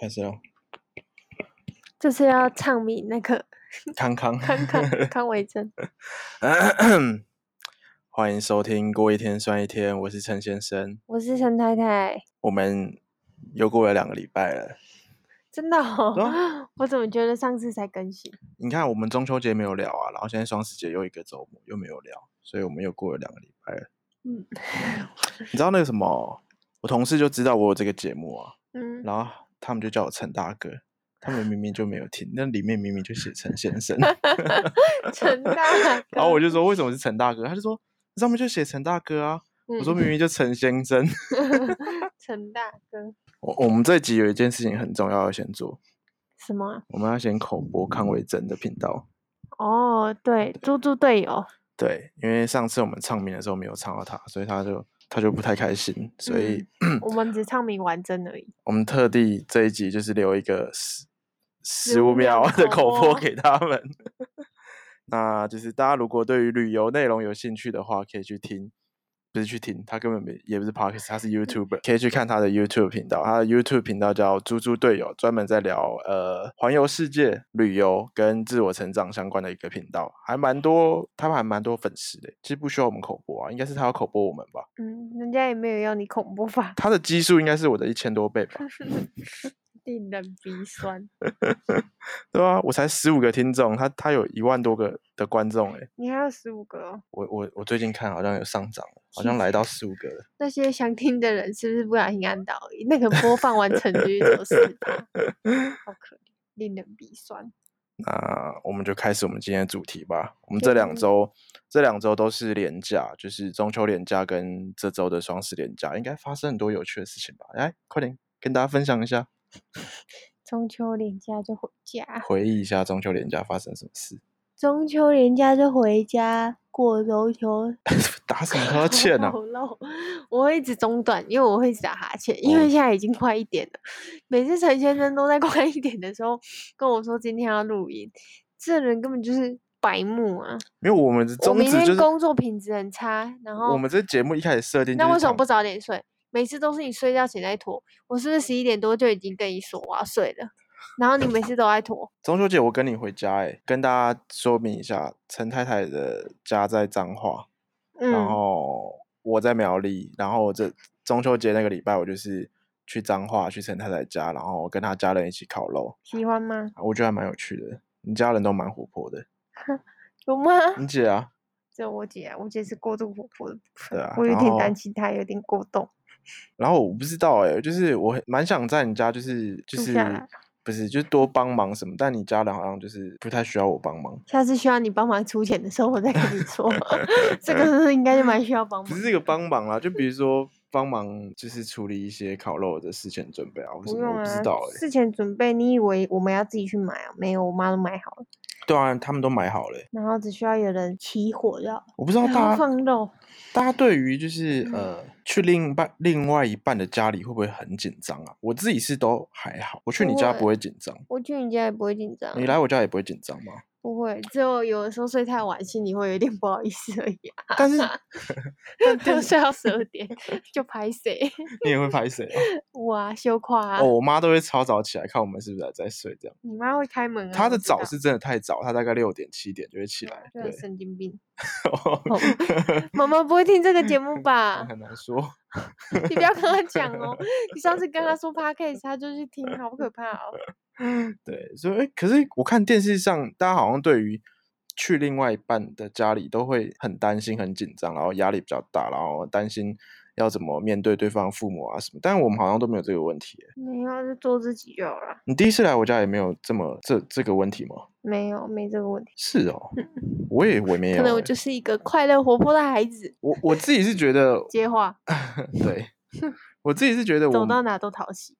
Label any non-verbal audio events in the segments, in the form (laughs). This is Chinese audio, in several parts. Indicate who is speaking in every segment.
Speaker 1: 开始
Speaker 2: (laughs)
Speaker 1: 喽，
Speaker 2: 就是要唱名那个
Speaker 1: 康康，
Speaker 2: 康康康维珍。
Speaker 1: 欢迎收听《过一天算一天》，我是陈先生。
Speaker 2: 我是陈太太，
Speaker 1: 我们又过了两个礼拜了，
Speaker 2: 真的
Speaker 1: 对
Speaker 2: 哦， (laughs) 我怎么觉得上次才更新？
Speaker 1: 你看我们中秋节没有聊啊，然后现在双十节又一个周末又没有聊，所以我们又过了两个礼拜了。
Speaker 2: 嗯
Speaker 1: 你知道那个什么，我同事就知道我有这个节目啊， (laughs)
Speaker 2: 嗯，
Speaker 1: 然后他们就叫我陈大哥，他们明明就没有听，那里面明明就写陈先生。
Speaker 2: (laughs) 陈大
Speaker 1: (laughs) 然哦后我
Speaker 2: 就
Speaker 1: 就说为什么是陈大哥？他就说上面就写陈大哥啊。我说明明就陈先生。
Speaker 2: 嗯
Speaker 1: (laughs)
Speaker 2: 陈大哥
Speaker 1: 我我们这集有一件事情很重要要先做，
Speaker 2: 什么啊？
Speaker 1: 我们要先口播康维珍的频道。
Speaker 2: 哦，对，猪猪队友，
Speaker 1: 对，因为上次我们唱名的时候没有唱到他，所以他就他就不太开心，所以、
Speaker 2: 我们只唱名完真而已。
Speaker 1: 我们特地这一集就是留一个十十
Speaker 2: 15
Speaker 1: 五秒
Speaker 2: 秒
Speaker 1: 的
Speaker 2: 的
Speaker 1: 口播
Speaker 2: 口播
Speaker 1: 给他们。 (laughs) 那就是大家如果对于旅游内容有兴趣的话，可以去听，不是去听，他根本没也不是 podcast，他是 YouTuber，可以去看他的 YouTube 频道。他的 YouTube 频道叫“猪猪队友”，专门在聊呃环游世界、旅游跟自我成长相关的一个频道，还蛮多，他们还蛮多粉丝的。其实不需要我们口播啊，应该是他要口播我们吧。
Speaker 2: 嗯，人家也没有要你恐怖法，
Speaker 1: 他的基数应该是我的一千多倍吧。
Speaker 2: (laughs) 令人鼻酸。
Speaker 1: 对啊，我才十五个听众，他他有一万多个的观众哎、
Speaker 2: 你还有十五个哦，
Speaker 1: 我我我最近看好像有上涨了，好
Speaker 2: 谢
Speaker 1: 像来到十五个了。
Speaker 2: 那些想听的人是不是不小心按到那个播放完成率走失吧？好可怜，令人鼻酸。
Speaker 1: 那我们就开始我们今天的主题吧。我们
Speaker 2: 可
Speaker 1: 这
Speaker 2: 以
Speaker 1: 两周这两周都是连假，就是中秋连假跟这周的双十连假，应该发生很多有趣的事情吧？来，快点跟大家分享一下，
Speaker 2: 中秋连假就回家，
Speaker 1: 回忆一下中秋连假发生什么事。 (laughs)
Speaker 2: 中秋连假就回家过中秋。
Speaker 1: 打什么呵欠
Speaker 2: (laughs)
Speaker 1: 呢、啊？
Speaker 2: 好漏，我会一直中断，因为我会一直打哈欠，因
Speaker 1: 哦
Speaker 2: 为现在已经快一点了。每次陈先生都在快一点的时候跟我说今天要录音，这人根本就是白目啊！
Speaker 1: 因为我们的
Speaker 2: 我
Speaker 1: 宗
Speaker 2: 明
Speaker 1: 旨就
Speaker 2: 天
Speaker 1: 是
Speaker 2: 工作品质很差，然后
Speaker 1: 我们这节目一开始设定
Speaker 2: 那
Speaker 1: 就是
Speaker 2: 为什么
Speaker 1: 躺
Speaker 2: 不早点睡？每次都是你睡觉前在拖，我是不是十一点多就已经跟你说我要睡了，然后你每次都在拖？
Speaker 1: 中秋节我跟你回家、欸，跟大家说明一下，陈太太的家在彰化，然
Speaker 2: 嗯，
Speaker 1: 后我在苗栗，然后我这中秋节那个礼拜我就是去彰化去陈太太家，然后跟她家人一起烤肉，
Speaker 2: 喜欢吗？
Speaker 1: 我觉得还蛮有趣的。你家人都蛮活泼的，
Speaker 2: 有吗？
Speaker 1: 你姐啊，
Speaker 2: 只有我姐、啊，我姐是过度活泼的部分，
Speaker 1: 对啊
Speaker 2: 我有
Speaker 1: 然
Speaker 2: 点
Speaker 1: 后
Speaker 2: 担心她有点过动。
Speaker 1: 然后我不知道哎、就是我很蛮想在你家就是就
Speaker 2: 住
Speaker 1: 是
Speaker 2: 下来
Speaker 1: 不是就是多帮忙什么，但你家人好像就是不太需要我帮忙。
Speaker 2: 下次需要你帮忙出钱的时候，我再跟你 (laughs) 说，这个是应该就蛮需要帮忙
Speaker 1: 不
Speaker 2: 的。
Speaker 1: 是这个帮忙啦，就比如说帮忙就是处理一些烤肉的事前准备啊，或什
Speaker 2: 不
Speaker 1: 么我
Speaker 2: 用
Speaker 1: 不
Speaker 2: 啊
Speaker 1: 知道，哎、
Speaker 2: 事前准备，你以为我们要自己去买啊？没有，我妈都买好了，
Speaker 1: 对啊，他们都买好了欸、
Speaker 2: 然后只需要有人起火药，
Speaker 1: 我不知道
Speaker 2: 然后
Speaker 1: 大家
Speaker 2: 啊放肉。
Speaker 1: 大家对于就是
Speaker 2: 嗯
Speaker 1: 呃去另一半另外一半的家里会不会很紧张啊？我自己是都还好，我去你
Speaker 2: 不
Speaker 1: 家
Speaker 2: 会
Speaker 1: 不会紧张，
Speaker 2: 我去你家也不会紧张啊，
Speaker 1: 你来我家也不会紧张吗？
Speaker 2: 不会，只有有的时候睡太晚，心里会有点不好意思而 (laughs) 已、啊。
Speaker 1: 但是 (laughs) 但电
Speaker 2: (laughs) 都睡到十二点就拍谁？
Speaker 1: 你也会拍谁啊？
Speaker 2: 哇，羞夸、啊！
Speaker 1: 哦，我妈都会超早起来看我们是不是还在睡这样。
Speaker 2: 你妈会开门啊？
Speaker 1: 她
Speaker 2: 我
Speaker 1: 的
Speaker 2: 知道
Speaker 1: 早是真的太早，她大概六点七点就会起来。
Speaker 2: 对
Speaker 1: 对
Speaker 2: 啊，神经病。
Speaker 1: (laughs) 哦
Speaker 2: 妈妈不会听这个节目吧？
Speaker 1: 很难说。
Speaker 2: 你不要跟她讲 (laughs) 哦。你上次跟她说 podcast，她就去听，好可怕哦。
Speaker 1: 对，所以、欸可是我看电视上，大家好像对于去另外一半的家里都会很担心、很紧张，然后压力比较大，然后担心要怎么面对对方父母啊什么。但我们好像都没有这个问题欸。
Speaker 2: (laughs) 没有，就做自己就好了。
Speaker 1: 你第一次来我家也没有这么这这个问题吗？
Speaker 2: 没有，没这个问题。
Speaker 1: 是哦，我也我没有欸、
Speaker 2: 嗯可能我就是一个快乐活泼的孩子。，
Speaker 1: 我我自己是觉得 (laughs)
Speaker 2: 接话， (laughs)
Speaker 1: 对我自己是觉得我
Speaker 2: 走到哪都讨喜。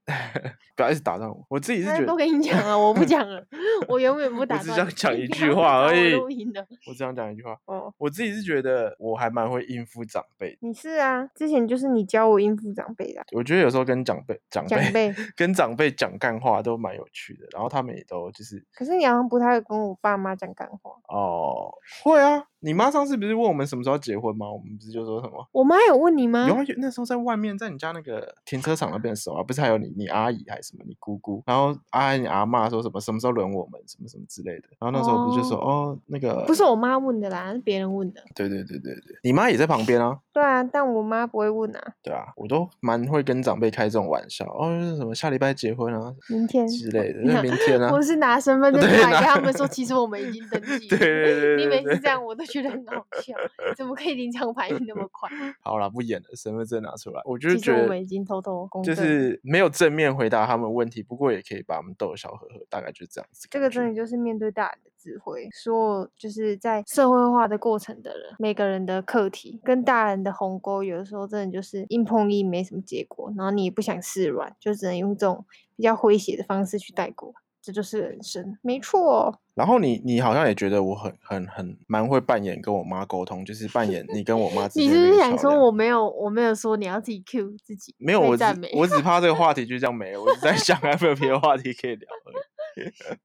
Speaker 1: 不要一直打断我，我自己是
Speaker 2: 哎
Speaker 1: 觉得
Speaker 2: 都跟你讲 (laughs) 了，我不讲了，我永远不打
Speaker 1: 只
Speaker 2: 断你。
Speaker 1: 想讲
Speaker 2: 你
Speaker 1: 一
Speaker 2: 不
Speaker 1: 句
Speaker 2: 要
Speaker 1: 话
Speaker 2: 打断
Speaker 1: 而
Speaker 2: 我
Speaker 1: 已
Speaker 2: 录音的
Speaker 1: 我只想讲一句话，
Speaker 2: 哦，
Speaker 1: 我自己是觉得我还蛮会应付长辈的，
Speaker 2: 你是啊，之前就是你教我应付长辈的啊，
Speaker 1: 我觉得有时候跟长辈长辈
Speaker 2: 长辈。
Speaker 1: 跟长辈讲干话都蛮有趣的，然后他们也都就是
Speaker 2: 可是你好像不太会跟我爸妈讲干话，
Speaker 1: 哦，会啊，你妈上次不是问我们什么时候结婚吗？我们不是就说什么？
Speaker 2: 我妈有问你吗？
Speaker 1: 有啊，有那时候在外面，在你家那个停车场那边的时候啊，不是还有你你阿姨还是什么你姑姑，然后阿姨你阿妈说什么什么时候轮我们什么什么之类的，然后那时候我不是就说哦那个
Speaker 2: 不是我妈问的啦，是别人问的。
Speaker 1: 对对对对对，你妈也在旁边啊，
Speaker 2: 对啊，但我妈不会问啊。
Speaker 1: 对啊，我都蛮会跟长辈开这种玩笑哦，就是什么下礼拜结婚啊
Speaker 2: 明天，
Speaker 1: 之类
Speaker 2: (laughs)
Speaker 1: 的，那明天啊，
Speaker 2: 嗯我是拿身份证出
Speaker 1: (laughs) 对
Speaker 2: 来
Speaker 1: 拿
Speaker 2: 跟他们说，其实我们已经登记
Speaker 1: 对
Speaker 2: 了。
Speaker 1: 对对
Speaker 2: (laughs) 你
Speaker 1: 对
Speaker 2: 每
Speaker 1: 对
Speaker 2: 次这样，我都觉得很好笑，怎么可以临场反应那么
Speaker 1: (laughs)
Speaker 2: 快？
Speaker 1: 好啦，不演了，身份证拿出来。我就是
Speaker 2: 其实
Speaker 1: 觉
Speaker 2: 我
Speaker 1: 得
Speaker 2: 们已经偷偷公
Speaker 1: 就
Speaker 2: 证
Speaker 1: 是没有正面回答他们问题，不过也可以把我们逗笑呵呵，大概就是这样子。
Speaker 2: 这个真的就是面对大人的智慧，所有就是在社会化的过程的人，每个人的课题跟大人的鸿沟，有的时候真的就是硬碰硬，没什么结果，然后你也不想示软，就只能用这种比较诙谐的方式去带过，这就是人生，没错。哦
Speaker 1: 然后你你好像也觉得我很很很蛮会扮演跟我妈沟通，就是扮演你跟我妈之
Speaker 2: (laughs) 你
Speaker 1: 间
Speaker 2: 是
Speaker 1: 的
Speaker 2: 不
Speaker 1: 那个
Speaker 2: 是想
Speaker 1: 桥
Speaker 2: 说
Speaker 1: 梁
Speaker 2: 我没有，我没有说你要自己 Q 自己，
Speaker 1: 没有？
Speaker 2: 被
Speaker 1: 我只
Speaker 2: 赞美
Speaker 1: 我只怕这个话题就这样没了，我只在想还有没有别的话题可以聊而已。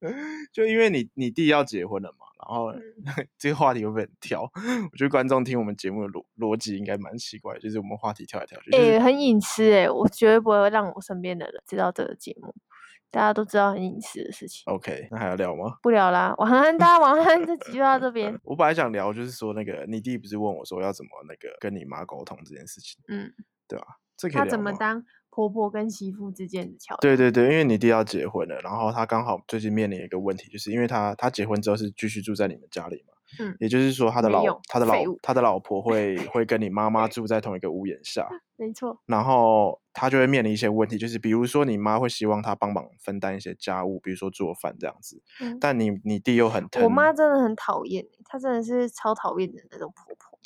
Speaker 1: (laughs) 就因为你你弟要结婚了嘛，然
Speaker 2: 嗯
Speaker 1: 后、 (laughs) 这个话题会不会很跳？ (laughs) 我觉得观众听我们节目的逻逻辑应该蛮奇怪的，就是我们话题跳来跳去。就是
Speaker 2: 诶、很隐私诶、我绝对不会让我身边的人知道这个节目，大家都知道很隐私的事情。
Speaker 1: OK，那还要聊吗？
Speaker 2: 不聊啦，晚安，大家晚安，这集就到这边。
Speaker 1: 我本来想聊，就是说那个你弟不是问我说要怎么那个跟你妈沟通这件事情，
Speaker 2: 嗯，
Speaker 1: 对吧、这 (laughs) 可以
Speaker 2: 她
Speaker 1: 聊
Speaker 2: 怎么
Speaker 1: 吗
Speaker 2: 当婆婆跟媳妇之间的桥梁？
Speaker 1: 对对对，因为你弟要结婚了，然后他刚好最近面临一个问题，就是因为他他结婚之后是继续住在你们家里嘛，
Speaker 2: 嗯
Speaker 1: 也就是说他的
Speaker 2: 没
Speaker 1: 老
Speaker 2: 有
Speaker 1: 他的
Speaker 2: 废
Speaker 1: 老
Speaker 2: 物
Speaker 1: 他的老婆会会跟你妈妈住在同一个屋檐
Speaker 2: (laughs)
Speaker 1: 下，
Speaker 2: 没错，
Speaker 1: 然后他就会面临一些问题，就是比如说你妈会希望他帮忙分担一些家务，比如说做饭这样子，
Speaker 2: 嗯
Speaker 1: 但你你弟又很疼，
Speaker 2: 我妈真的很讨厌欸、她真的是超讨厌的那种婆婆。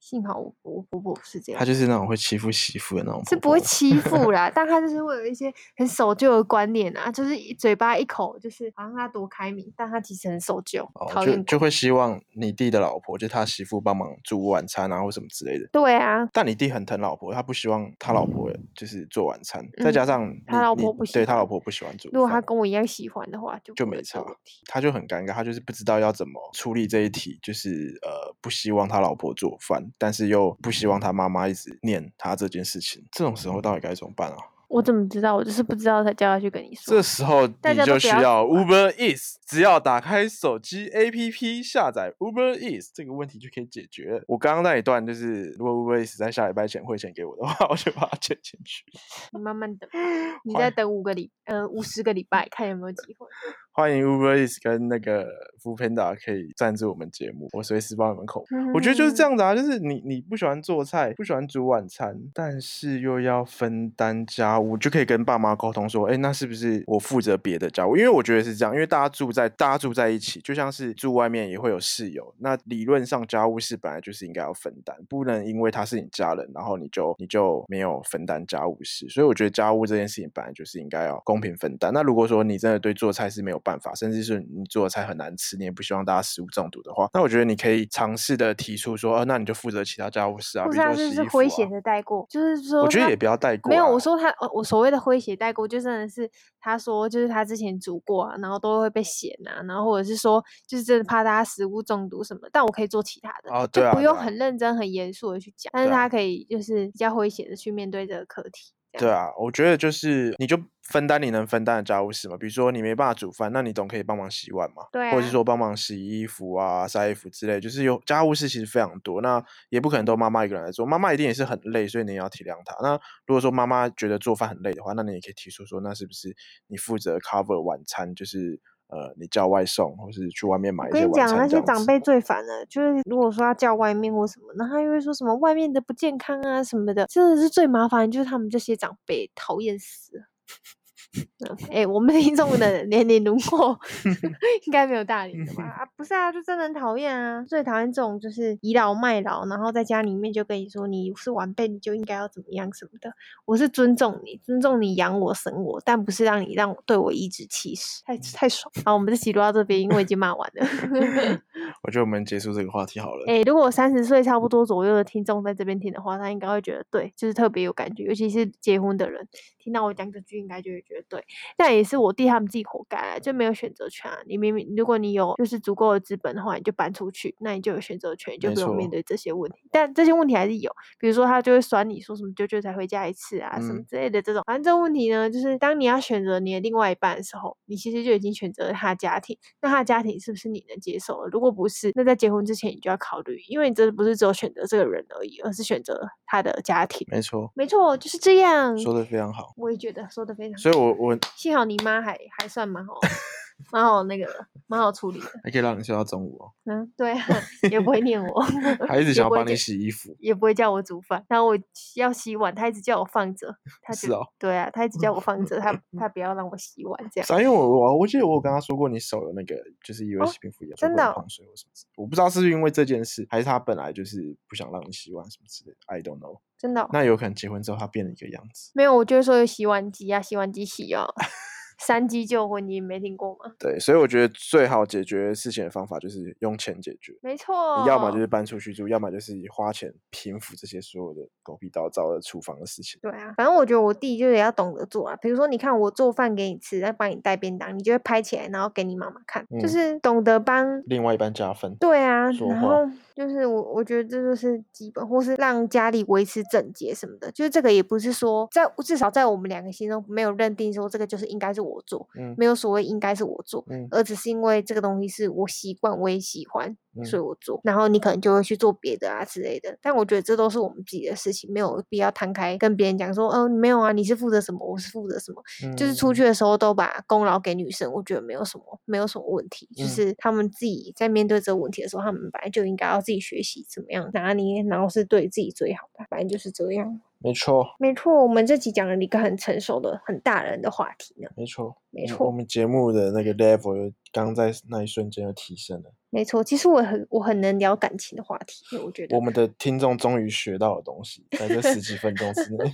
Speaker 2: 幸好我我婆婆不是这样
Speaker 1: 她，就是那种会欺负媳妇的那种婆婆，
Speaker 2: 是不会欺负啦，但她就是会有一些很守旧的观念啊，就是一嘴巴一口就是好像她多开明，但她其实很守旧，
Speaker 1: 哦，
Speaker 2: 讨
Speaker 1: 就
Speaker 2: 厌
Speaker 1: 就
Speaker 2: 鬼。
Speaker 1: 会希望你弟的老婆，就他媳妇帮忙煮晚餐啊，或什么之类的。
Speaker 2: 对啊，
Speaker 1: 但你弟很疼老婆，他不希望他老婆就是做晚餐，再加
Speaker 2: 嗯
Speaker 1: 上你
Speaker 2: 他老
Speaker 1: 你
Speaker 2: 婆不喜
Speaker 1: 对他
Speaker 2: 欢
Speaker 1: 老婆不喜欢煮饭，
Speaker 2: 如果她跟我一样喜欢的话，就
Speaker 1: 就
Speaker 2: 不
Speaker 1: 没
Speaker 2: 会有这
Speaker 1: 差
Speaker 2: 个问题，
Speaker 1: 他就很尴尬，他就是不知道要怎么处理这一题，就是呃不希望他老婆做饭，但是又不希望他妈妈一直念他这件事情，这种时候到底该怎么办啊？
Speaker 2: 我怎么知道？我就是不知道才叫她去跟你说。
Speaker 1: 这时候
Speaker 2: 大
Speaker 1: 你
Speaker 2: 家都
Speaker 1: 就
Speaker 2: 不
Speaker 1: 需
Speaker 2: 要
Speaker 1: 要
Speaker 2: 煮啊
Speaker 1: Uber Eats，只要打开手机 APP 下载 Uber Eats，这个问题就可以解决了。我刚刚那一段就是，如果 Uber Eats 在下礼拜前汇钱给我的话，我就把它剪进去。
Speaker 2: 你慢慢等，你再等五个礼，呃，五十个礼拜，看有没有机会。
Speaker 1: 欢迎 Uber Eats 跟那个 f o o Panda 可以赞助我们节目，我随时帮你们口。
Speaker 2: 嗯
Speaker 1: 我觉得就是这样的啊，就是你你不喜欢做菜，不喜欢煮晚餐，但是又要分担家务，就可以跟爸妈沟通说，哎，那是不是我负责别的家务？因为我觉得是这样，因为大家住在大家住在一起，就像是住外面也会有室友，那理论上家务事本来就是应该要分担，不能因为他是你家人，然后你就你就没有分担家务事。所以我觉得家务这件事情本来就是应该要公平分担。那如果说你真的对做菜是没有办法，甚至是你做的菜很难吃，你也不希望大家食物中毒的话，那我觉得你可以尝试的提出说，呃，那你就负责其他家务事啊，
Speaker 2: 或
Speaker 1: 比
Speaker 2: 是
Speaker 1: 如
Speaker 2: 他
Speaker 1: 说
Speaker 2: 是
Speaker 1: 洗
Speaker 2: 是
Speaker 1: 衣服
Speaker 2: 诙谐
Speaker 1: 啊。
Speaker 2: 的带过，就是说，
Speaker 1: 我觉得也不要带过
Speaker 2: 没有，
Speaker 1: 啊
Speaker 2: 我说他，呃我所谓的诙谐带过，就真的是他说，就是他之前煮过啊，然后都会被嫌啊，然后或者是说，就是真的怕大家食物中毒什么，但我可以做其他的，
Speaker 1: 哦
Speaker 2: 就
Speaker 1: 对啊
Speaker 2: 不用
Speaker 1: 对啊
Speaker 2: 很认真、很严肃的去讲，但
Speaker 1: 对
Speaker 2: 是
Speaker 1: 啊
Speaker 2: 他可以就是比较诙谐的去面对这个课题。这
Speaker 1: 对
Speaker 2: 样，
Speaker 1: 啊，我觉得就是你就分担你能分担的家务事嘛，比如说你没办法煮饭，那你总可以帮忙洗碗嘛，
Speaker 2: 对
Speaker 1: 或者是
Speaker 2: 啊
Speaker 1: 说帮忙洗衣服啊、晒衣服之类，就是有家务事其实非常多，那也不可能都妈妈一个人来做，妈妈一定也是很累，所以你也要体谅她。那如果说妈妈觉得做饭很累的话，那你也可以提出说，那是不是你负责 cover 晚餐，就是呃你叫外送，或是去外面买
Speaker 2: 我
Speaker 1: 一些
Speaker 2: 跟
Speaker 1: 晚
Speaker 2: 你讲，啊
Speaker 1: 餐
Speaker 2: 那
Speaker 1: 这
Speaker 2: 些
Speaker 1: 样
Speaker 2: 长
Speaker 1: 子
Speaker 2: 辈最烦了，就是如果说要叫外面或什么，然后他又会说什么外面的不健康啊什么的，真的是最麻烦，就是他们这些长辈，讨厌死了。哎、欸我们听众的年龄轮
Speaker 1: (laughs)
Speaker 2: 廓应该没有大龄的吧？啊，不是啊，就真的很讨厌啊！最讨厌这种就是倚老卖老，然后在家里面就跟你说你是晚辈，你就应该要怎么样什么的。我是尊重你，尊重你养我生我，但不是让你让我对我颐指气使，太太爽。好，我们这期录到这边，因为已经骂完了。
Speaker 1: 我觉得我们结束这个话题好了。
Speaker 2: 哎，如果三十岁差不多左右的听众在这边听的话，他应该会觉得对，就是特别有感觉，尤其是结婚的人，听到我讲这句，应该就会觉得对。但也是我弟他们自己活该啊，就没有选择权啊。你明明如果你有就是足够的资本的话，你就搬出去，那你就有选择权，你就
Speaker 1: 没
Speaker 2: 不用面
Speaker 1: 错
Speaker 2: 对这些问题。但这些问题还是有，比如说他就会酸你说什么久久才回家一次啊，什么
Speaker 1: 嗯
Speaker 2: 之类的这种。反正这个问题呢，就是当你要选择你的另外一半的时候，你其实就已经选择了他的家庭，那他的家庭是不是你能接受的？如果不是，那在结婚之前你就要考虑，因为你这不是只有选择这个人而已，而是选择他的家庭。
Speaker 1: 没错，
Speaker 2: 没错，就是这样。
Speaker 1: 说的非常好。
Speaker 2: 我也觉得说的非常
Speaker 1: 所以我我
Speaker 2: 幸好你妈还还算蛮好，蛮好那个的，蛮好处理的。
Speaker 1: 还可以让你睡到中午
Speaker 2: (laughs)
Speaker 1: 哦，，
Speaker 2: 嗯，对、啊，也不会念我
Speaker 1: (laughs) 还一直
Speaker 2: 也
Speaker 1: 想要
Speaker 2: 不会
Speaker 1: 帮你
Speaker 2: 念
Speaker 1: 洗衣服。
Speaker 2: 也不会叫我煮饭，然后我要洗碗，他一直叫我放着，
Speaker 1: (laughs)
Speaker 2: 他
Speaker 1: 是
Speaker 2: 觉得
Speaker 1: 哦
Speaker 2: 对啊，他一直叫我
Speaker 1: (laughs)
Speaker 2: 放着，他他不要让我洗碗这样
Speaker 1: 是。啊，因为我我我记得我有跟他说过，你手有那个就是异位
Speaker 2: 哦
Speaker 1: 性皮肤炎，
Speaker 2: 真的哦
Speaker 1: 碰水或什么之类的。我不知道是不是因为这件事，还是他本来就是不想让你洗碗什么之类的。I don't know。
Speaker 2: 真的哦、
Speaker 1: 那有可能结婚之后他变了一个样子。
Speaker 2: 没有，我就会说有洗碗机啊，洗碗机洗啊，三机救婚，你没听过吗？
Speaker 1: 对，所以我觉得最好解决事情的方法就是用钱解决。
Speaker 2: 没错，
Speaker 1: 你要么就是
Speaker 2: 哦
Speaker 1: 搬出去住，要么就是花钱平复这些所有的狗屁倒灶的厨房的事情。
Speaker 2: 对啊，反正我觉得我弟就也要懂得做啊。比如说，你看我做饭给你吃，再帮你带便当，你就会拍起来，然后给你妈妈看，
Speaker 1: 嗯
Speaker 2: 就是懂得帮
Speaker 1: 另外一半加分，
Speaker 2: 对啊，
Speaker 1: 说
Speaker 2: 然
Speaker 1: 话
Speaker 2: 后就是我，我觉得这就是基本，或是让家里维持整洁什么的，就是这个也不是说在至少在我们两个心中没有认定说这个就是应该是我做，
Speaker 1: 嗯
Speaker 2: 没有所谓应该是我做，
Speaker 1: 嗯
Speaker 2: 而只是因为这个东西是我习惯，我也喜欢，所
Speaker 1: 嗯
Speaker 2: 以我做。然后你可能就会去做别的啊之类的。但我觉得这都是我们自己的事情，没有必要摊开跟别人讲说，嗯，没有啊，你是负责什么，我是负责什么。就是出
Speaker 1: 嗯
Speaker 2: 去的时候都把功劳给女生，我觉得没有什么，没有什么问题。就
Speaker 1: 嗯
Speaker 2: 是他们自己在面对这个问题的时候，他们本来就应该要自己学习怎么样拿捏，然后是对自己最好的。反正就是这样。
Speaker 1: 没错，
Speaker 2: 没错，我们这集讲了一个很成熟的、很大人的话题呢。
Speaker 1: 没错，
Speaker 2: 没
Speaker 1: 我们我
Speaker 2: 错
Speaker 1: 们节目的那个 level 又刚在那一瞬间又提升了。
Speaker 2: 没错，其实我很我很能聊感情的话题，我觉得
Speaker 1: 我们的听众终于学到了东西，在这十几分钟之内，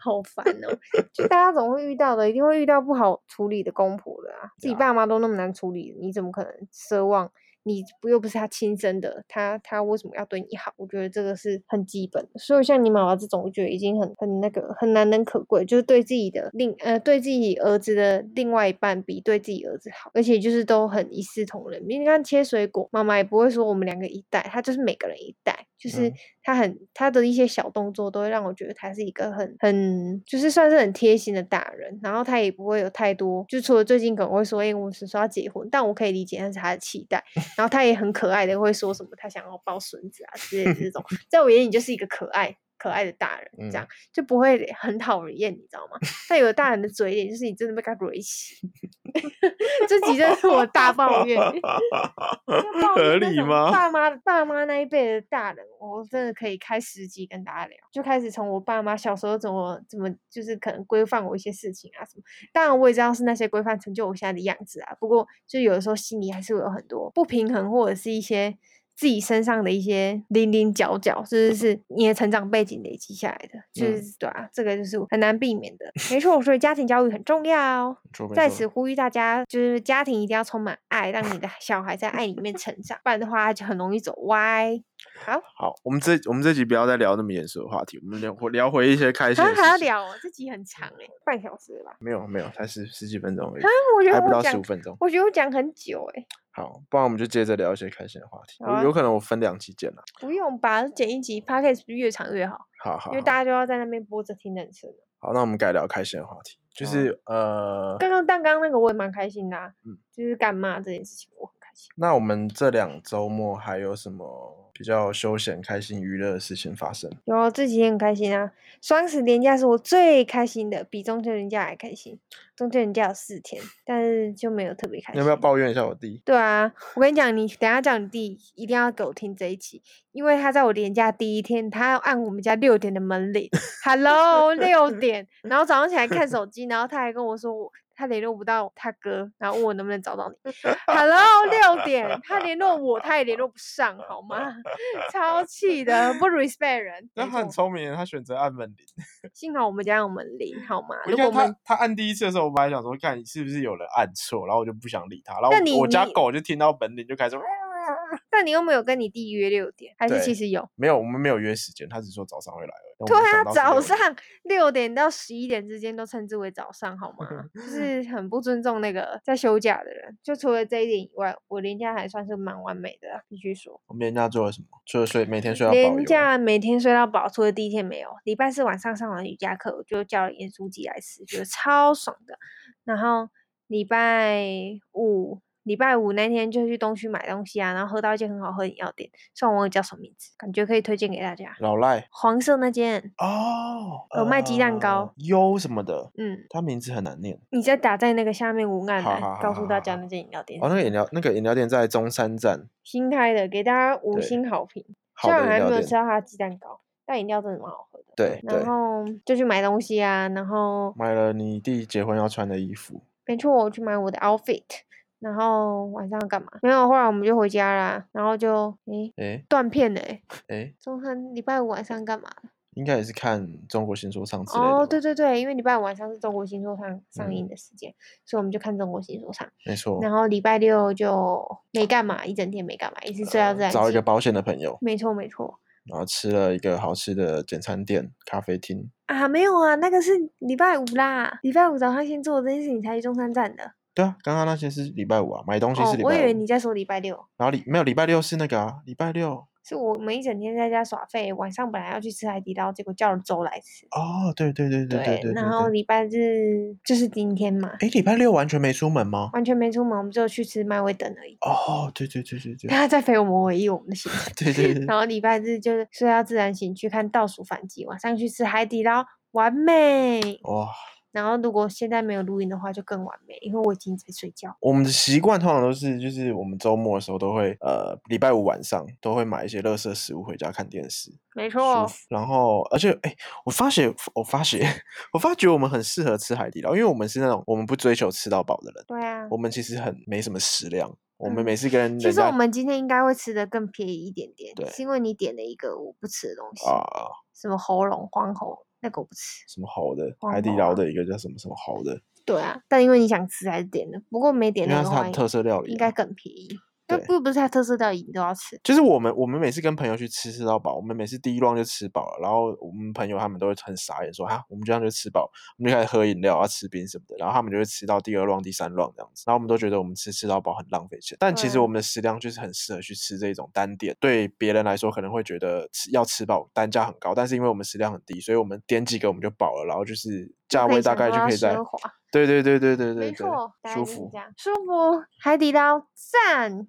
Speaker 2: 好烦哦。 (laughs) 就大家总会遇到的，一定会遇到不好处理的公婆的啊，自己
Speaker 1: 呀
Speaker 2: 爸妈都那么难处理，你怎么可能奢望你不又不是他亲生的，他他为什么要对你好？我觉得这个是很基本的。所以像你妈妈这种，我觉得已经很很那个很难能可贵，就是对自己的另呃对自己儿子的另外一半比对自己儿子好，而且就是都很一视同仁。你看切水果，妈妈也不会说我们两个一袋，她就是每个人一袋，就是
Speaker 1: 嗯
Speaker 2: 她很她的一些小动作都会让我觉得她是一个很很就是算是很贴心的大人，然后她也不会有太多，就除了最近可能会说，哎、我们是说要结婚，但我可以理解那是她的期待，然后他也很可爱的会说什么他想要抱孙子啊之类的这种，在我眼里就是一个可爱可爱的大人，这样、就不会很讨人厌，你知道吗？但有的大人的嘴脸就是你真的被他怼起， (laughs) 这几真的是我大 (laughs)
Speaker 1: (laughs)
Speaker 2: 抱怨。就抱
Speaker 1: 合
Speaker 2: 怨那
Speaker 1: 理
Speaker 2: 种
Speaker 1: 吗？ (laughs)
Speaker 2: 爸妈爸妈那一辈的大人，我真的可以开十集跟大家聊，就开始从我爸妈小时候怎么怎么，就是可能规范我一些事情啊什么。当然我也知道是那些规范成就我现在的样子啊，不过就有的时候心里还是会有很多不平衡，或者是一些。自己身上的一些零零角角，就是是你的成长背景累积下来的，就是、
Speaker 1: 嗯
Speaker 2: 对啊，这个就是很难避免的，没错。所以家庭教育很重要。哦
Speaker 1: 错没
Speaker 2: 在
Speaker 1: 错
Speaker 2: 此呼吁大家，就是家庭一定要充满爱，让你的小孩在爱里面成长，不然的话他就很容易走歪。好，
Speaker 1: 好，我们这我们这集不要再聊那么严肃的话题，我们聊回聊回一些开心
Speaker 2: 好
Speaker 1: 的
Speaker 2: 像
Speaker 1: 事
Speaker 2: 还要
Speaker 1: 情。
Speaker 2: 聊、哦，这集很长哎、半小时了吧？
Speaker 1: 没有没有，才十十几分钟而已，
Speaker 2: 我觉
Speaker 1: 还不
Speaker 2: 得我
Speaker 1: 到十
Speaker 2: 啊讲
Speaker 1: 五，分钟。
Speaker 2: 我觉得我讲很久哎、
Speaker 1: 好，不然我们就接着聊一些开心的话题。
Speaker 2: 好啊
Speaker 1: 我有可能我分两期剪了。
Speaker 2: 不用吧？剪一集 p o d c a s t 越长越好，
Speaker 1: 好好
Speaker 2: 因为
Speaker 1: 好啊
Speaker 2: 大家就要在那边播着听人生。啊
Speaker 1: 好，那我们改聊开心的话题，就
Speaker 2: 好啊
Speaker 1: 是呃，
Speaker 2: 刚刚但刚刚那个我也蛮开心的、啊，
Speaker 1: 嗯
Speaker 2: 就是干嘛这件事情我很开心。
Speaker 1: 那我们这两周末还有什么比较休闲、开心、娱乐的事情发生？
Speaker 2: 有啊这几天很开心啊！双十连假是我最开心的，比中秋连假还开心。中秋连假有四天，但是就没有特别开
Speaker 1: 你
Speaker 2: 心。
Speaker 1: 要不要抱怨一下我弟？
Speaker 2: 对啊，我跟你讲，你等一下叫你弟一定要给我听这一期，因为他在我连假第一天，他要按我们家六点的
Speaker 1: (laughs)
Speaker 2: 门铃，Hello 六点，然后早上起来看手机，然后他还跟我说我他联络不到他哥，然后问我能不能找到你，Hello 六点，他联络我他也联络不上，好吗？ (laughs) 超气的，不 respect 人，
Speaker 1: 那
Speaker 2: 没
Speaker 1: 他很
Speaker 2: 错
Speaker 1: 聪明，他选择按门铃。
Speaker 2: 幸好我们家有门铃，好吗？
Speaker 1: 我
Speaker 2: 如
Speaker 1: 一
Speaker 2: 果我
Speaker 1: 看
Speaker 2: 们
Speaker 1: 他，他按第一次的时候，我本来想说，看你是不是有人按错，然后我就不想理他，然后
Speaker 2: 那
Speaker 1: 我
Speaker 2: 你
Speaker 1: 我家
Speaker 2: 你
Speaker 1: 狗就听到门铃就开始，
Speaker 2: 但你又没有跟你弟约六点，还是
Speaker 1: 对
Speaker 2: 其实有？
Speaker 1: 没有，我们没有约时间，他只说早上会来而已。
Speaker 2: 对啊，早上
Speaker 1: 上
Speaker 2: 六点到十一点之间都称之为早上，好吗？就是很不尊重那个在休假的人。就除了这一点以外，我连假还算是蛮完美的啊，必须说。
Speaker 1: 我们连假做了什么？除了睡，每天睡到饱以
Speaker 2: 连
Speaker 1: 外
Speaker 2: 假每天睡到饱，除了第一天没有。礼拜四晚上上完瑜伽课，我就叫了盐酥鸡来吃，觉得超爽的。然后礼拜五，礼拜五那天就去东区买东西啊，然后喝到一间很好喝的饮料店，虽然我忘记叫什么名字，感觉可以推荐给大家。
Speaker 1: 老赖
Speaker 2: 黄色那间，
Speaker 1: 哦，
Speaker 2: 有卖鸡蛋糕
Speaker 1: 呃优什么的，
Speaker 2: 嗯，
Speaker 1: 他名字很难念。
Speaker 2: 你再打在那个下面文案
Speaker 1: 好
Speaker 2: 栏，
Speaker 1: 好好
Speaker 2: 告诉
Speaker 1: 好
Speaker 2: 大
Speaker 1: 好
Speaker 2: 家
Speaker 1: 好
Speaker 2: 那间饮料店
Speaker 1: 哦，那个饮料，那个饮料店在中山站，
Speaker 2: 新开的，给大家五
Speaker 1: 对
Speaker 2: 星好评。
Speaker 1: 好
Speaker 2: 虽然
Speaker 1: 的
Speaker 2: 我
Speaker 1: 饮
Speaker 2: 还没
Speaker 1: 料
Speaker 2: 有吃
Speaker 1: 店。
Speaker 2: 到它的鸡蛋糕，但饮料真的蛮好喝的。
Speaker 1: 对对嗯
Speaker 2: 然，后就去买东西啊，然后
Speaker 1: 买了你弟结婚要穿的衣服。
Speaker 2: 没错，我去买我的 outfit，然后晚上要干嘛？没有，后来我们就回家啦，然后就诶
Speaker 1: 诶
Speaker 2: 断片了、欸。
Speaker 1: 诶，
Speaker 2: 中山礼拜五晚上干嘛？
Speaker 1: 应该也是看中国新说唱之类的吧。嗯
Speaker 2: 哦，对对对，因为礼拜五晚上是中国新说唱上映的时间，所以我们就看中国新说唱。
Speaker 1: 没错。
Speaker 2: 然后礼拜六就没干嘛，一整天没干嘛，也是睡到自然
Speaker 1: 呃找一
Speaker 2: 醒
Speaker 1: 个保险的朋友，
Speaker 2: 没错没错
Speaker 1: 然后吃了一个好吃的简餐店咖啡厅。
Speaker 2: 啊，没有啊，那个是礼拜五啦，礼拜五早上先做的这件事情才去中山站的。
Speaker 1: 对啊，刚刚那些是礼拜五啊，买东西
Speaker 2: 哦
Speaker 1: 是，礼拜五。
Speaker 2: 我以为你在说礼拜六。
Speaker 1: 然后礼没有礼拜六是那个啊，礼拜六
Speaker 2: 是我们一整天在家耍废，晚上本来要去吃海底捞，结果叫了粥来吃。
Speaker 1: 哦，对对对对对对。
Speaker 2: 然后礼拜日就是今天嘛，
Speaker 1: 哎，诶礼拜六完全没出门吗？
Speaker 2: 完全没出门，我们只有去吃麦味登而已。
Speaker 1: 哦，对对对对
Speaker 2: (laughs)
Speaker 1: 对
Speaker 2: 他在陪我们回忆我们的行程。
Speaker 1: 对对对
Speaker 2: 然后礼拜日就是睡到自然醒，去看倒数反击，晚上去吃海底捞，完美。
Speaker 1: 哇，
Speaker 2: 然后如果现在没有录音的话，就更完美，因为我已经在睡觉。
Speaker 1: 我们的习惯通常都是，就是我们周末的时候都会，呃，礼拜五晚上都会买一些垃圾食物回家看电视，
Speaker 2: 没
Speaker 1: 舒
Speaker 2: 错，
Speaker 1: 服。然后，而且，哎，我发觉，我发觉，我发觉我们很适合吃海底捞，因为我们是那种我们不追求吃到饱的人，
Speaker 2: 对啊
Speaker 1: 我。们其实很没什么食量。我们
Speaker 2: 嗯
Speaker 1: 每次跟人
Speaker 2: 其实
Speaker 1: 家
Speaker 2: 我们今天应该会吃的更便宜一点点
Speaker 1: 对，
Speaker 2: 是因为你点了一个我不吃的东西。
Speaker 1: 啊，
Speaker 2: 什么喉咙、黄喉，那个我不吃。
Speaker 1: 什么猴的，
Speaker 2: 黄
Speaker 1: 海底
Speaker 2: 喉
Speaker 1: 捞
Speaker 2: 啊
Speaker 1: 的一个叫什么什么猴的，
Speaker 2: 对啊，但因为你想吃还是点的，不过没
Speaker 1: 因
Speaker 2: 点
Speaker 1: 为它
Speaker 2: 那个
Speaker 1: 是
Speaker 2: 话
Speaker 1: 它的特色料理啊。
Speaker 2: 应该更便宜。那
Speaker 1: 对
Speaker 2: 不不是它特色料理，你都要吃。
Speaker 1: 就是我们我们每次跟朋友去吃吃到饱，我们每次第一 round 就吃饱了，然后我们朋友他们都会很傻眼说啊，我们这样就吃饱，我们就开始喝饮料啊、吃冰什么的，然后他们就会吃到第二 round、第三 round 这样子，然后我们都觉得我们吃吃到饱很浪费钱，但其实
Speaker 2: 对
Speaker 1: 我们的食量就是很适合去吃这种单点，对别人来说可能会觉得吃要吃饱单价很高，但是因为我们食量很低，所以我们点几个我们就饱了，然后就是价位大概就可以在
Speaker 2: 奢华，
Speaker 1: 对对对对对对
Speaker 2: 没
Speaker 1: 对
Speaker 2: 错，大概
Speaker 1: 舒
Speaker 2: 就是
Speaker 1: 服
Speaker 2: 这。样，舒服。海底捞赞，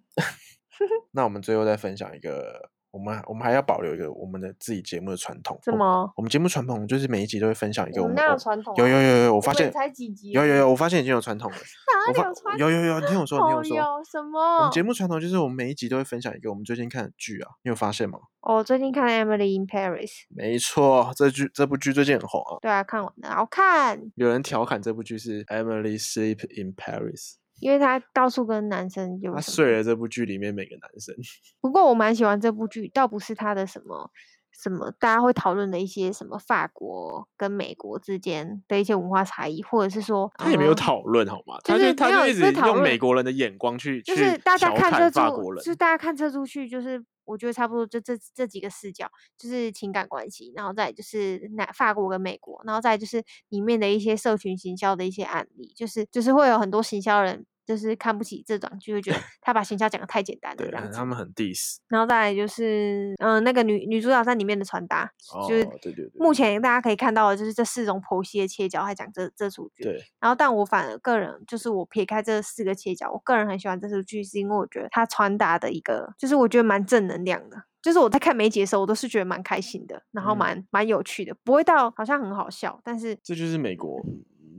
Speaker 1: 那我们最后再分享一个，我们我们还要保留一个我们的自己节目的传统。
Speaker 2: 怎
Speaker 1: 我
Speaker 2: 么？
Speaker 1: 我们节目传统就是每一集都会分享一个我
Speaker 2: 我们
Speaker 1: 们
Speaker 2: 那有
Speaker 1: 我
Speaker 2: 传统啊
Speaker 1: 有有有有，我发
Speaker 2: 们
Speaker 1: 现
Speaker 2: 才几集
Speaker 1: 有有
Speaker 2: 而已
Speaker 1: 有，我发现已经有传统了。我
Speaker 2: 哪里
Speaker 1: 发
Speaker 2: 有穿？
Speaker 1: 有有有，你听我说，你听我
Speaker 2: 哦
Speaker 1: 说，
Speaker 2: 有什
Speaker 1: 我
Speaker 2: 么
Speaker 1: 们？节目传统就是我们每一集都会分享一个我们最近看的剧啊，你有发现吗？
Speaker 2: 哦我最近看了《Emily in Paris》，
Speaker 1: 没错，这剧这部剧最近很红啊，
Speaker 2: 对啊，看完了，好看，
Speaker 1: 有人调侃这部剧是《Emily Sleep in Paris
Speaker 2: 因为她到处跟男生》，有
Speaker 1: 她
Speaker 2: 什么哦
Speaker 1: 睡了这部剧里面每个男生。
Speaker 2: 不过我蛮喜欢这部剧，倒不是它的什么什么，大家会讨论的一些什么法国跟美国之间的一些文化差异，或者是说
Speaker 1: 他也没有
Speaker 2: 呃
Speaker 1: 讨论好吗？
Speaker 2: 就
Speaker 1: 他就是他
Speaker 2: 没有
Speaker 1: 就一
Speaker 2: 不
Speaker 1: 直
Speaker 2: 是讨
Speaker 1: 用美
Speaker 2: 论
Speaker 1: 国人的眼光去
Speaker 2: 就是
Speaker 1: 去
Speaker 2: 大家
Speaker 1: 调
Speaker 2: 看
Speaker 1: 侃
Speaker 2: 这
Speaker 1: 法
Speaker 2: 出
Speaker 1: 国，
Speaker 2: 就是
Speaker 1: 人。
Speaker 2: 大家看这出去，就是我觉得差不多就这这几个视角，就是情感关系，然后再来就是那法国跟美国，然后再来就是里面的一些社群行销的一些案例，就是就是会有很多行销人。就是看不起这种，
Speaker 1: (laughs)
Speaker 2: 就会觉得他把行销讲的太简单了
Speaker 1: 对
Speaker 2: 这样，子
Speaker 1: 他。们很 diss。
Speaker 2: 然后再来就是，嗯、那个女女主角在里面的穿搭，
Speaker 1: 哦
Speaker 2: 就是，
Speaker 1: 对对对
Speaker 2: 目前大家可以看到的就是这四种剖析的切角，还讲这这出剧。
Speaker 1: 对，
Speaker 2: 然后，但我反而个人就是我撇开这四个切角，我个人很喜欢这出剧，是因为我觉得它传达的一个，就是我觉得蛮正能量的。就是我在看梅姐的时候，我都是觉得蛮开心的，然后
Speaker 1: 嗯
Speaker 2: 蛮、蛮有趣的，不会到好像很好笑，但是
Speaker 1: 这就是美国，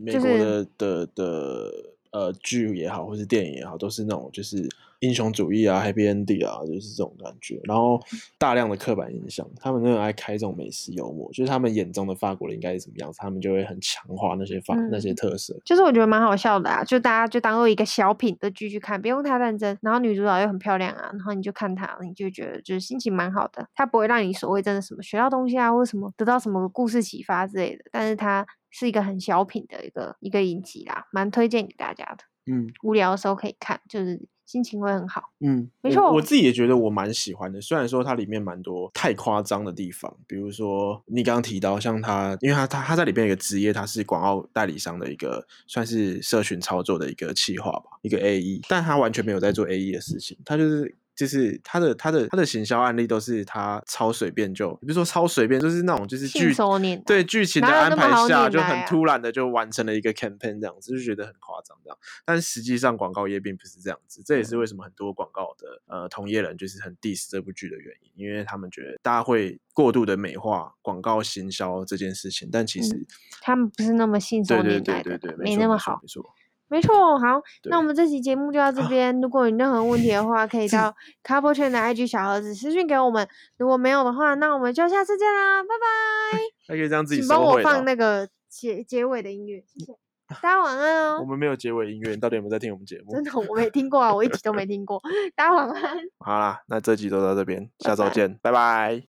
Speaker 1: 美
Speaker 2: 就
Speaker 1: 国
Speaker 2: 是
Speaker 1: 的的的呃剧也好，或是电影也好，都是那种就是英雄主义啊，happy ending 啊，就是这种感觉。然后大量的刻板印象，他们都很爱开这种美食幽默，就是他们眼中的法国人应该是什么样子，他们就会很强化那些法那些
Speaker 2: 嗯
Speaker 1: 特色。
Speaker 2: 就是我觉得蛮好笑的啊，就大家就当做一个小品的剧去看，不用太认真。然后女主角又很漂亮啊，然后你就看她，你就觉得就是心情蛮好的。她不会让你所谓真的什么学到东西啊，或者什么得到什么故事启发之类的，但是它是一个很小品的一个一个影集啦，蛮推荐给大家的。
Speaker 1: 嗯
Speaker 2: 无聊的时候可以看，就是心情会很好。
Speaker 1: 嗯，
Speaker 2: 没
Speaker 1: 我
Speaker 2: 错
Speaker 1: 我自己也觉得我蛮喜欢的，虽然说它里面蛮多太夸张的地方，比如说你刚刚提到像他，因为他他他在里边有一个职业，他是广告代理商的一个算是社群操作的一个企划吧，一个 A E，但他完全没有在做 A E 的事情，他就是。就是他的他的他的行销案例都是他超随便就，比如说超随便，就是那种就是
Speaker 2: 信
Speaker 1: 剧
Speaker 2: 手拈来
Speaker 1: 对剧情的
Speaker 2: 哪有
Speaker 1: 安
Speaker 2: 那么
Speaker 1: 排
Speaker 2: 好
Speaker 1: 下，
Speaker 2: 拈
Speaker 1: 就
Speaker 2: 来
Speaker 1: 很
Speaker 2: 啊
Speaker 1: 突然的就完成了一个 campaign 这样子，就觉得很夸张这样。但实际上广告业并不是这样子，这也
Speaker 2: 嗯
Speaker 1: 是为什么很多广告的呃同业人就是很 diss 这部剧的原因，因为他们觉得大家会过度的美化广告行销这件事情，但
Speaker 2: 嗯
Speaker 1: 其实、
Speaker 2: 他们不是那么信手
Speaker 1: 对对
Speaker 2: 拈
Speaker 1: 对
Speaker 2: 来
Speaker 1: 对
Speaker 2: 的
Speaker 1: 对，
Speaker 2: 啦，
Speaker 1: 没
Speaker 2: 没
Speaker 1: 错
Speaker 2: 那么
Speaker 1: 没错
Speaker 2: 好。
Speaker 1: 没错。
Speaker 2: 没错，好，
Speaker 1: 对啊
Speaker 2: 那我们这期节目就到这边。如果有任何问题的话，
Speaker 1: (laughs)
Speaker 2: 可以到 Couple 圈的 IG 小盒子私讯给我们。如果没有的话，那我们就下次见啦，拜拜。
Speaker 1: 还可以这 (laughs) 样自己
Speaker 2: 请帮
Speaker 1: 收
Speaker 2: 我
Speaker 1: 回的
Speaker 2: 放
Speaker 1: 哦。
Speaker 2: 那个结结尾的音乐，
Speaker 1: (laughs)
Speaker 2: 谢谢。大家晚安
Speaker 1: 我
Speaker 2: 哦。
Speaker 1: 们没有结尾音乐，你到底有没有在听我们节目
Speaker 2: 真？的，我没听过 (laughs) 啊，我一集都没听过。大家晚安。
Speaker 1: 好啦，那这集就到这边，下周
Speaker 2: 拜拜
Speaker 1: 见，拜拜